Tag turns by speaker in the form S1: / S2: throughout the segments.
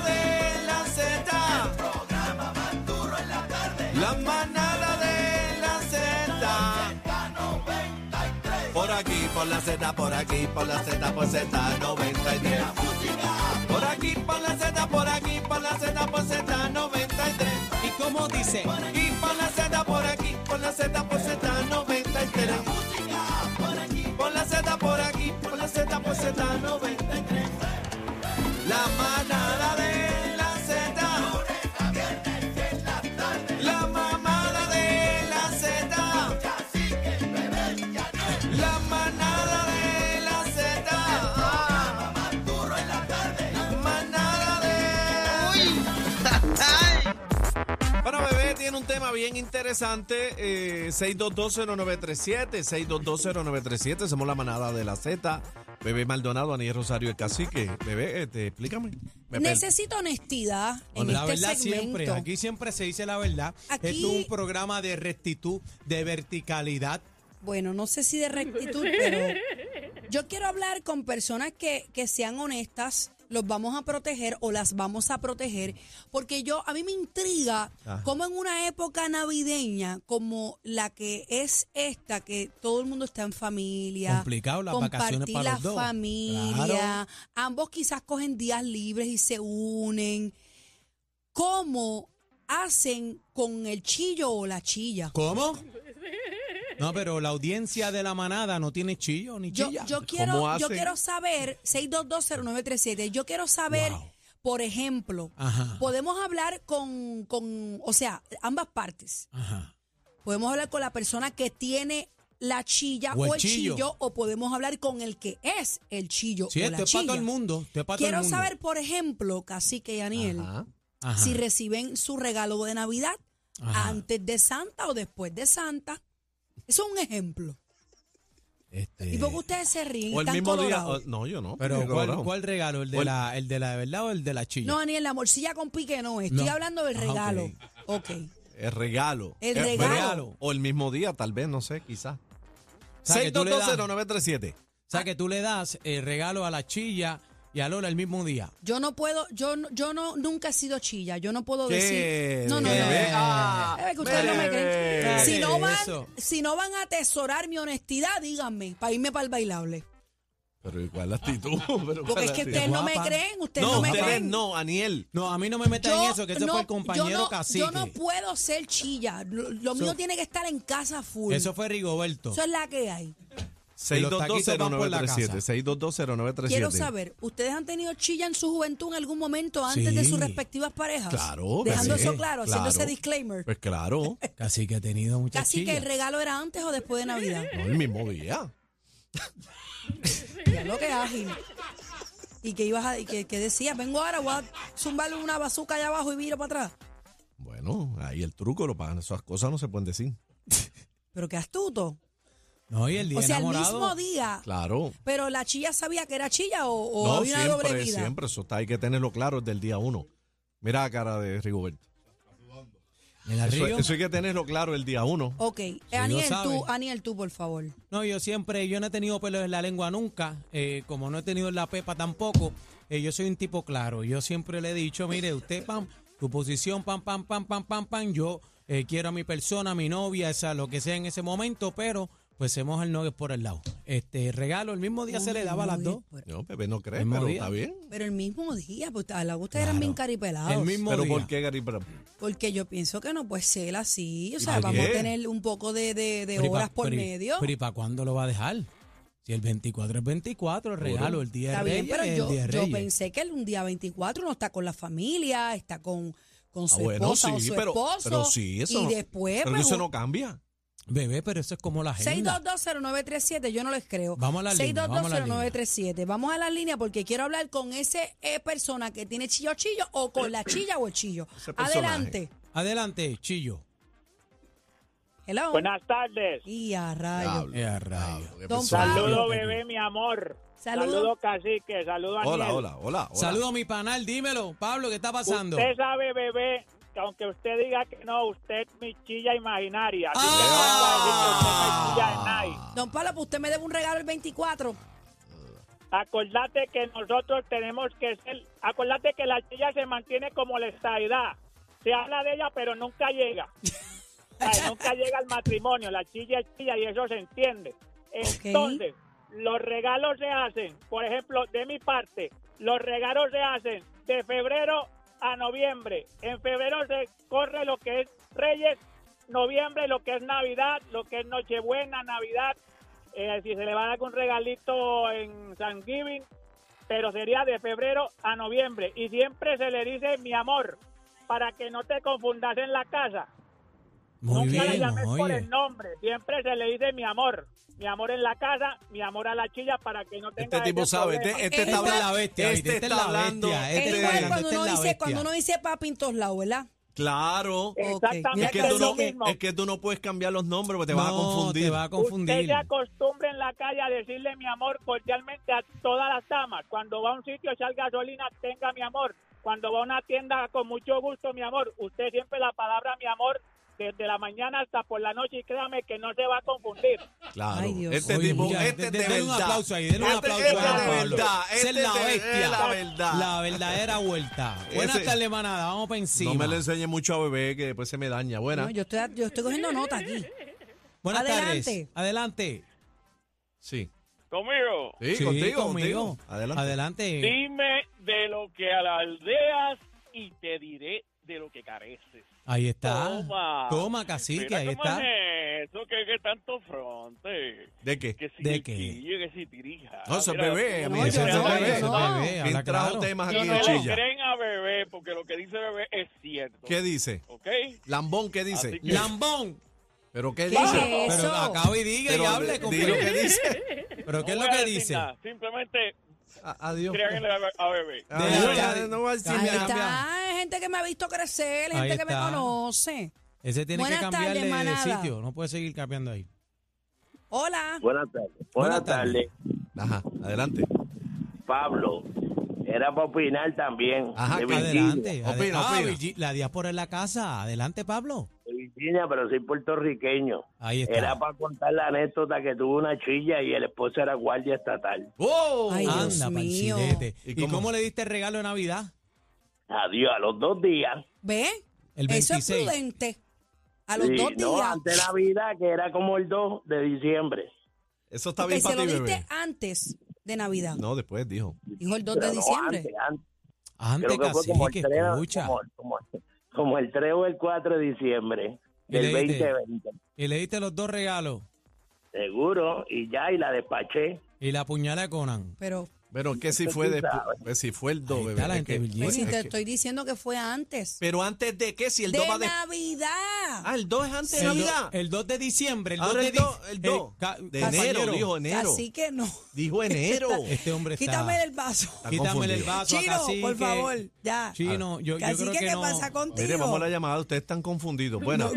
S1: de la Z. El programa más duro en la tarde. La manada de la Z. Por aquí, por la Z, por aquí, por la Z, por Z, 93. Por aquí, por la Z, por aquí, por la Z, por Z, 93.
S2: ¿Y cómo dice?
S1: Por aquí, por la Z, por aquí, por la Z, por Z, 93. Por la Z, por aquí, por la Z, por Z, 93. La manada de la Z. La mamada de la Z. La manada de la Z. Manada de... Bueno, bebé tiene un tema bien interesante. Eh, 6220937, 6220937. Somos la manada de la Z. Bebé Maldonado, Aniel Rosario, el cacique. Bebé, este, explícame. Me per-
S3: Necesito honestidad en
S2: la
S3: este
S2: verdad
S3: segmento.
S2: siempre, aquí siempre se dice la verdad.
S3: Aquí-
S2: Esto es un programa de rectitud, de verticalidad.
S3: Bueno, no sé si de rectitud, pero yo quiero hablar con personas que, que sean honestas, los vamos a proteger o las vamos a proteger, porque yo a mí me intriga
S2: Ajá.
S3: cómo en una época navideña como la que es esta, que todo el mundo está en familia,
S2: Complicado, las vacaciones
S3: compartir
S2: para
S3: la
S2: los dos.
S3: familia,
S2: Claro.
S3: ambos quizás cogen días libres y se unen, cómo hacen con el chillo o la chilla.
S2: ¿Cómo? No, pero la audiencia de la manada no tiene chillo ni
S3: Yo,
S2: chilla.
S3: yo
S1: ¿Cómo
S3: quiero, yo
S1: hacen?
S3: quiero saber, 6220937, yo quiero saber,
S2: Wow.
S3: por ejemplo,
S2: Ajá.
S3: podemos hablar con, con, o sea, ambas partes.
S2: Ajá.
S3: Podemos hablar con la persona que tiene la chilla
S2: O
S3: o,
S2: el
S3: el
S2: chillo.
S3: chillo. o podemos hablar con el que es el chillo
S2: Sí,
S3: o
S2: esto
S3: la
S2: es para
S3: chilla.
S2: todo el mundo. Esto es para todo
S3: quiero
S2: el mundo.
S3: saber, por ejemplo, Cacique y Daniel,
S1: Ajá.
S2: Ajá.
S3: si reciben su regalo de Navidad
S2: Ajá.
S3: antes de Santa o después de Santa. Eso es un ejemplo.
S2: Este,
S3: ¿Y por qué ustedes se ríen?
S1: O el
S3: están
S1: mismo día.
S3: colorados?
S1: o- no, yo no.
S2: Pero
S1: estoy
S2: ¿cuál,
S1: colorado.
S2: cuál regalo? ¿El de,
S1: ¿Cuál?
S2: la, ¿El de la de verdad o el de la chilla?
S3: No, Daniel, la morcilla con pique no. Estoy
S2: No.
S3: hablando del
S2: Ah,
S3: regalo. ok.
S1: El regalo.
S3: El
S1: Eh,
S3: regalo.
S1: regalo. O el mismo día, tal vez, no sé, quizás.
S2: O sea, que tú le das-
S1: 6220937.
S2: o sea, que tú le das el regalo a la chilla y a Lola el mismo día.
S3: Yo no puedo, yo, no- yo no, nunca he sido chilla. Yo no puedo
S1: ¿Qué?
S3: decir. No, no, no.
S1: Bebé,
S3: no.
S1: ah,
S3: Es que ustedes no me
S1: bebé.
S3: creen. Si no,
S2: Eso.
S3: van, si no van a atesorar mi honestidad, díganme, para irme para el bailable.
S1: Pero igual la actitud. Pero
S3: Porque es que ustedes no me
S2: Guapa.
S3: creen, ustedes
S1: No,
S3: no, me
S1: ustedes
S3: creen.
S1: no, Aniel.
S2: No, a mí no me metas en eso, que eso fue el compañero
S3: yo no,
S2: cacique.
S3: Yo no puedo ser chilla. Lo, lo mío tiene que estar en casa full.
S2: Eso fue Rigoberto.
S3: Eso es la que hay.
S2: Y los taquitos van por la
S1: 6220937.
S2: casa.
S1: 6220937.
S3: Quiero saber, ¿ustedes han tenido chilla en su juventud en algún momento antes
S2: Sí.
S3: de sus respectivas parejas?
S1: Claro,
S3: Dejando
S1: bebé,
S3: eso claro, haciendo ese
S1: claro.
S3: disclaimer.
S1: Pues claro.
S2: Casi que ha tenido muchas
S3: Casi que el
S2: chillas.
S3: regalo era antes o después de Navidad.
S1: No, el mismo día.
S3: Ya lo que ágil. Y que ibas a, y que, que decías, vengo ahora, voy a zumbarle una bazuca allá abajo y miro para atrás.
S1: Bueno, ahí el truco lo pagan. Esas cosas no se pueden decir.
S3: Pero qué astuto.
S2: No, y el día
S3: O sea,
S2: enamorado.
S3: el mismo día.
S1: Claro.
S3: Pero la chilla sabía que era chilla o, o
S1: no,
S3: había una doble
S1: siempre,
S3: vida.
S1: siempre. Eso está, hay que tenerlo claro desde el día uno. Mira la cara de Rigoberto.
S2: ¿En el
S1: Eso,
S2: río?
S1: eso hay que tenerlo claro el día uno.
S3: Ok, Aniel,
S2: sabe.
S3: tú, Aniel, tú, por favor.
S2: No, yo siempre, yo no he tenido pelos en la lengua nunca, eh, como no he tenido en la pepa tampoco, eh, yo soy un tipo claro. Yo siempre le he dicho, mire, usted, pam, tu posición, pam, pam, pam, pam, pam, pam, yo eh, quiero a mi persona, a mi novia, esa, lo que sea en ese momento, pero pues se moja el novio por el lado. Este regalo, el mismo día se le daba a las
S3: Muy
S2: dos.
S3: fuerte.
S1: No, Pepe no cree,
S2: Mismo
S1: pero
S2: día.
S1: está bien.
S3: Pero el mismo día, pues a la ustedes eran bien caripelados.
S2: El mismo
S1: Pero
S2: día.
S1: ¿por qué, Gary? Ah, Pero-
S3: Porque yo pienso que no puede ser así. O
S1: ¿Y
S3: sea,
S1: por
S3: vamos
S1: qué?
S3: a tener un poco de, de, de
S2: Pero ¿y pa-
S3: horas por
S2: pero ¿y-
S3: medio.
S2: Pero ¿y para cuándo lo va a dejar? Si el 24 es 24, el regalo, el día
S3: Está
S2: de
S3: bien,
S2: Reyes
S3: pero
S2: es el
S3: yo,
S2: día de
S3: yo
S2: Reyes.
S3: pensé que el un día 24 no está con la familia, está con, con su
S1: Ah, bueno,
S3: esposa o
S1: sí,
S3: su
S1: pero,
S3: esposo.
S1: pero sí, eso
S3: y
S1: no-
S3: después,
S1: pero
S3: pues,
S1: eso no cambia.
S2: Bebé, pero eso es como la agenda.
S3: 6220937, yo no les creo.
S2: Vamos a la línea, vamos a la línea.
S3: 6220937. Vamos a la línea porque quiero hablar con ese eh, persona que tiene chillo chillo o con la chilla o el chillo.
S1: Ese personaje.
S3: Adelante.
S2: Adelante, Chillo.
S3: Hello.
S4: Buenas tardes.
S3: Y a rayo.
S5: Diablo,
S2: Eh, a rayo.
S5: diablo, qué
S3: Don
S5: persona.
S3: Pablo.
S4: Saludo, bebé, mi amor.
S3: Saludo.
S4: Saludo, cacique. Saludo, Aniel.
S1: Hola, hola, hola. hola.
S2: Saludos a mi panal, dímelo. Pablo, ¿qué está pasando?
S4: Usted sabe, bebé, que aunque usted diga que no, usted es mi chilla imaginaria. Así que no
S2: Ah.
S4: puede decir que usted no es chilla de nadie.
S3: Don Pablo, pues usted me debe un regalo el 24.
S4: Acordate que nosotros tenemos que ser... Acordate que la chilla se mantiene como la estadidad. Se habla de ella, pero nunca llega. O sea, nunca llega al matrimonio. La chilla es chilla y eso se entiende. Entonces, los regalos se hacen, por ejemplo, de mi parte, los regalos se hacen de febrero a noviembre. En febrero se corre lo que es Reyes, noviembre lo que es Navidad, lo que es Nochebuena, Navidad. Eh, si se le va a dar un regalito en Thanksgiving, pero sería de febrero a noviembre. Y siempre se le dice mi amor, para que no te confundas en la casa.
S2: Muy
S4: Nunca
S2: bien,
S4: la llames por
S2: oye.
S4: el nombre. Siempre se le dice mi amor. Mi amor en la casa, mi amor a la chilla para que no tenga
S1: Este tipo
S4: ese
S1: sabe,
S4: problema.
S1: este, este
S3: Es
S1: está
S3: igual-
S1: hablando.
S2: la bestia,
S1: este
S2: ¿viste? Esta
S1: está
S2: es la
S1: hablando.
S2: bestia, este
S3: Es
S2: está
S3: igual
S2: hablando, esta
S3: cuando
S2: es
S3: uno,
S2: la
S3: dice,
S2: bestia.
S3: cuando uno dice papi en todos lados, ¿verdad?
S1: Claro.
S4: Exactamente,
S1: este, Es
S3: Mira
S1: que,
S3: que
S1: tú
S4: es lo
S1: no,
S3: que-
S4: mismo.
S1: es que tú no puedes cambiar los nombres porque te vas a
S2: No,
S1: confundir.
S2: Te vas a
S4: Usted
S2: confundir.
S4: se acostumbra en la calle a decirle mi amor cordialmente a todas las damas. Cuando va a un sitio, echar gasolina, tenga mi amor. Cuando va a una tienda, con mucho gusto, mi amor. Usted siempre la palabra mi amor desde la mañana hasta por la noche y créame que no se va a confundir.
S1: Claro.
S3: Ay, Dios.
S1: Este
S2: Oye,
S1: tipo,
S2: ya,
S1: este
S2: de-
S1: es
S2: de-
S1: de,
S2: denle un
S1: verdad.
S2: aplauso ahí, denle un
S1: Este-
S2: aplauso
S1: este
S2: a
S1: es de
S2: Pablo.
S1: verdad.
S2: Esa
S1: Este
S2: es la
S1: de- es
S2: bestia.
S1: la verdad.
S2: La verdadera vuelta. Buenas
S1: Ese-
S2: tardes, manada. Vamos para encima.
S1: No me le enseñe mucho a bebé que después se me daña. Buena.
S3: No, yo, estoy, yo estoy cogiendo nota aquí.
S2: Buenas tardes.
S3: Adelante.
S2: Adelante.
S1: Sí.
S6: Conmigo,
S1: Sí,
S2: Sí,
S1: contigo,
S2: conmigo.
S1: contigo. Adelante.
S6: dime de lo que alardeas y te diré de lo que careces.
S2: Ahí está.
S6: Toma.
S2: Toma, cacique,
S6: Mira
S2: ahí
S6: cómo
S2: está.
S6: es eso, que, que tanto fronte.
S1: ¿De qué?
S6: Que si
S2: ¿De
S6: el
S2: qué?
S6: quillo, que si tirija.
S1: No, eso es
S6: Mira,
S1: bebé,
S6: tú-
S3: amigo,
S6: tú
S3: eso es
S6: creas
S3: bebé,
S6: que
S3: eso
S6: no.
S3: no.
S1: ¿Quién trajo temas
S6: Yo
S1: aquí
S6: no
S1: de
S6: le
S1: chilla?
S6: creen a bebé, porque lo que dice bebé es cierto.
S1: ¿Qué dice?
S6: ¿Ok?
S1: Lambón, ¿qué dice?
S6: Así que-
S2: Lambón.
S1: ¿Pero qué
S3: ¿Qué
S1: dice?
S3: es
S2: Pero
S3: eso?
S2: acaba y diga y
S1: Pero
S2: hable
S1: di-
S2: con
S1: di lo que dice.
S2: Pero ¿qué es
S6: No voy
S2: lo
S6: a
S2: que
S6: decir
S2: dice?
S6: nada, Simplemente
S1: A- Adiós.
S6: créanle a, a bebé.
S1: Adiós,
S2: Deja-
S1: ya Ah, no va a decir
S3: Ahí
S1: nada.
S3: está, hay gente que me ha visto crecer,
S2: Ahí
S3: gente que me
S2: está.
S3: conoce.
S2: Ese tiene que
S3: Buenas tardes,
S2: cambiarle de
S3: manada.
S2: sitio. No puede seguir cambiando ahí.
S3: Hola.
S7: Buenas tardes. Buenas,
S2: Buenas tardes.
S7: tardes.
S1: Ajá, adelante.
S7: Pablo. Era para opinar también.
S1: Ajá,
S7: de
S1: que
S7: Virginia,
S2: Adelante.
S1: Opina,
S2: Adel- Ah,
S1: opina.
S2: Virgi- la diáspora en la casa. Adelante, Pablo.
S7: de Virginia, pero soy puertorriqueño.
S2: Ahí está.
S7: Era para contar la anécdota que tuvo una chilla y el esposo era guardia estatal.
S1: ¡Wow!
S3: Ay, Dios
S2: Anda, pa'l
S3: mío.
S2: chilete.
S1: ¿Y
S2: ¿Y
S1: cómo?
S2: cómo? le diste el regalo de Navidad?
S7: Adiós, a los dos días.
S3: ¿Ve?
S2: El
S3: Eso
S2: 26.
S3: es prudente. A los
S7: Sí,
S3: dos
S7: no,
S3: días.
S7: antes de Navidad, que era como el 2 de diciembre.
S1: Eso está
S3: que
S1: bien
S3: se
S1: para
S3: lo
S1: ti,
S3: diste
S1: bebé.
S3: antes de Navidad.
S1: No, después dijo.
S3: Dijo el 2
S7: Pero
S3: de
S7: no,
S3: diciembre.
S7: antes, antes.
S2: Antes,
S7: Creo que fue como el,
S2: cacique,
S7: 3,
S2: escucha.
S7: como, como- como el 3 o el 4 de diciembre
S2: Y
S7: del
S2: le diste-
S7: 2020.
S2: Y le diste los dos regalos.
S7: Seguro, y ya, y la despaché.
S2: Y la puñalada de Conan.
S3: Pero
S1: Pero que si
S7: Eso
S1: fue
S7: tú
S1: después.
S7: sabes.
S1: Pues si fue el 2,
S2: Ahí
S1: bebé.
S2: está la
S1: Es
S2: gente,
S1: que-
S2: Virginia.
S3: pues, si
S1: es
S3: te
S1: que-
S3: estoy diciendo que fue antes.
S1: Pero antes de qué, si el 2
S3: de
S1: va de.
S3: Navidad.
S1: Ah, el 2 es antes de
S2: El, do-
S1: Navidad.
S2: el 2 de diciembre. El 2
S1: Ahora
S2: de,
S1: el 2,
S2: di- eh,
S1: el 2.
S2: ca-
S1: De
S2: compañero,
S1: enero, dijo enero.
S3: Así que no.
S1: Dijo enero.
S2: Este hombre está.
S3: Quítame el vaso.
S1: Está
S2: Quítame el
S1: confundido.
S2: vaso a
S3: Chino,
S2: Cacique.
S3: por favor, ya.
S2: Chino, yo, yo
S3: Cacique,
S2: creo que
S3: ¿qué
S2: no.
S3: pasa contigo?
S1: Mire, vamos a la llamada. Ustedes están confundidos. Bueno.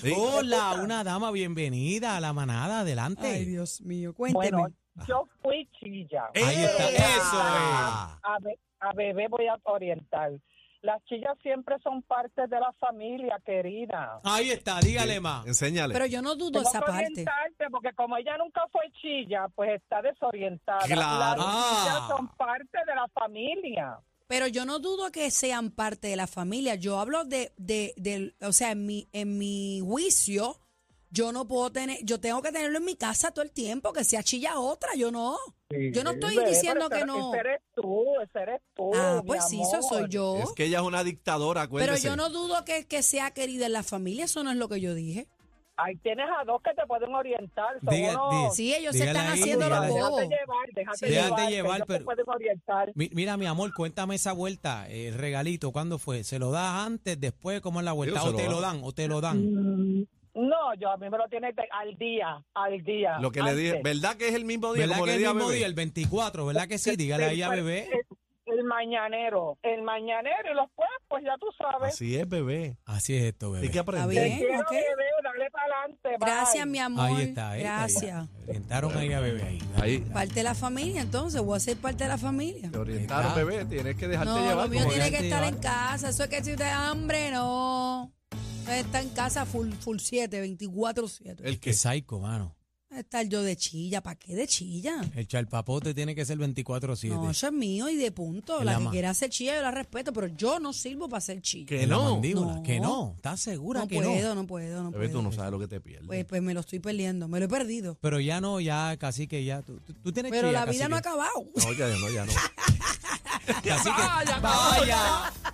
S1: Sí.
S2: Hola, una dama, bienvenida a la manada, adelante.
S3: Ay, Dios mío, cuénteme. Eh.
S8: Bueno, yo fui chilla.
S2: Ahí está, eso
S8: A, be- a bebé voy a orientar. Las chillas siempre son parte de la familia, querida.
S2: es. Ahí está, dígale más.
S1: Enséñale.
S3: pero yo no dudo
S8: Tengo
S3: Ah, esa
S8: que
S3: parte.
S8: orientarte porque como ella nunca fue chilla, pues está desorientada.
S1: Claro.
S8: Las chillas son parte de la familia.
S3: Pero yo no dudo que sean parte de la familia. Yo hablo de, de, del- o sea, en mi, en mi juicio, yo no puedo tener, yo tengo que tenerlo en mi casa todo el tiempo, que sea chilla otra, yo no. Yo no estoy
S8: Bebé,
S3: diciendo
S8: pero
S3: que
S8: ese-
S3: no.
S8: Ese eres tú, ese eres tú.
S3: Ah,
S8: mi
S3: pues sí, eso soy
S8: amor.
S3: yo.
S1: Es que ella es una dictadora,
S3: Pero
S1: acuérdese.
S3: yo no dudo que, que sea querida en la familia, eso no es lo que yo dije.
S8: Ahí tienes a dos que te pueden orientar. Son
S2: Diga-
S8: unos-
S3: Sí, ellos se
S2: Dígale
S3: están
S2: ahí,
S3: haciendo los
S2: dígale ahí.
S3: bobos.
S8: Déjate llevar, déjate
S2: Sí.
S8: llevar.
S2: Déjate llevar,
S8: ellos te
S2: pero-
S8: pueden orientar.
S2: Mi- Mira, mi amor, cuéntame esa vuelta, eh, el regalito, ¿cuándo fue? ¿Se lo das antes, después? ¿Cómo es la vuelta?
S5: Digo, se
S2: ¿O
S5: lo
S2: te
S5: da.
S2: lo dan? ¿O te lo dan?
S8: No, yo a mí me lo tiene de- al día, al día.
S5: Lo que le dije,
S8: antes.
S5: ¿verdad que es el mismo día?
S2: ¿Verdad
S5: como
S2: que
S5: le
S2: el
S5: dije a
S2: mismo
S5: Bebé? pues.
S2: día, el 24? ¿Verdad que sí? Dígale ahí a
S8: El-
S2: bebé.
S8: El, el mañanero, el mañanero y los pues, pues ya tú
S2: Ah,
S8: sabes.
S5: Así es, bebé.
S2: Así es esto,
S5: Hay
S2: bebé.
S5: que
S3: Está
S5: aprender.
S3: bien.
S8: Te quiero,
S3: ok.
S8: bebé, dale para adelante.
S3: Gracias, mi amor.
S2: Ahí está, eh, ahí está, ahí está.
S3: Gracias.
S2: Orientaron ahí a bebé. Ahí.
S5: Ahí.
S3: Parte de la familia, entonces. Voy a ser parte de la familia.
S5: Te orientaron,
S2: Ahí está.
S5: bebé. Tienes que dejarte
S3: No,
S5: llevar.
S3: lo mío
S5: como
S3: tiene
S5: dije.
S3: que
S2: dejarte
S3: estar en
S2: llevar.
S3: casa. Eso es que si usted hambre, no. Usted Está en casa full, full 7, 24-7.
S5: El que
S2: Qué psycho, mano.
S3: Estar yo de chilla. ¿Para qué de chilla?
S2: El charpapote tiene que ser 24-7.
S3: No, eso es mío y de punto.
S2: Es
S3: La
S2: la
S3: que
S2: ma-
S3: quiera hacer chilla, yo la respeto, pero yo no sirvo para ser chilla.
S5: que
S2: En la
S5: no.
S2: mandíbula,
S3: No.
S2: Que no. ¿Estás segura
S3: No
S2: que
S3: puedo,
S2: no?
S3: no puedo, no
S5: Bebé, tú
S3: puedo.
S5: no sabes lo que te pierdes.
S3: Pues, pues me lo estoy perdiendo, me lo he perdido.
S2: Pero ya no, ya casi que ya. Tú, tú- tú tienes
S3: Pero
S2: chía,
S3: la vida no ha
S2: cacique.
S3: acabado.
S5: no, ya no, ya no.
S2: Cacique,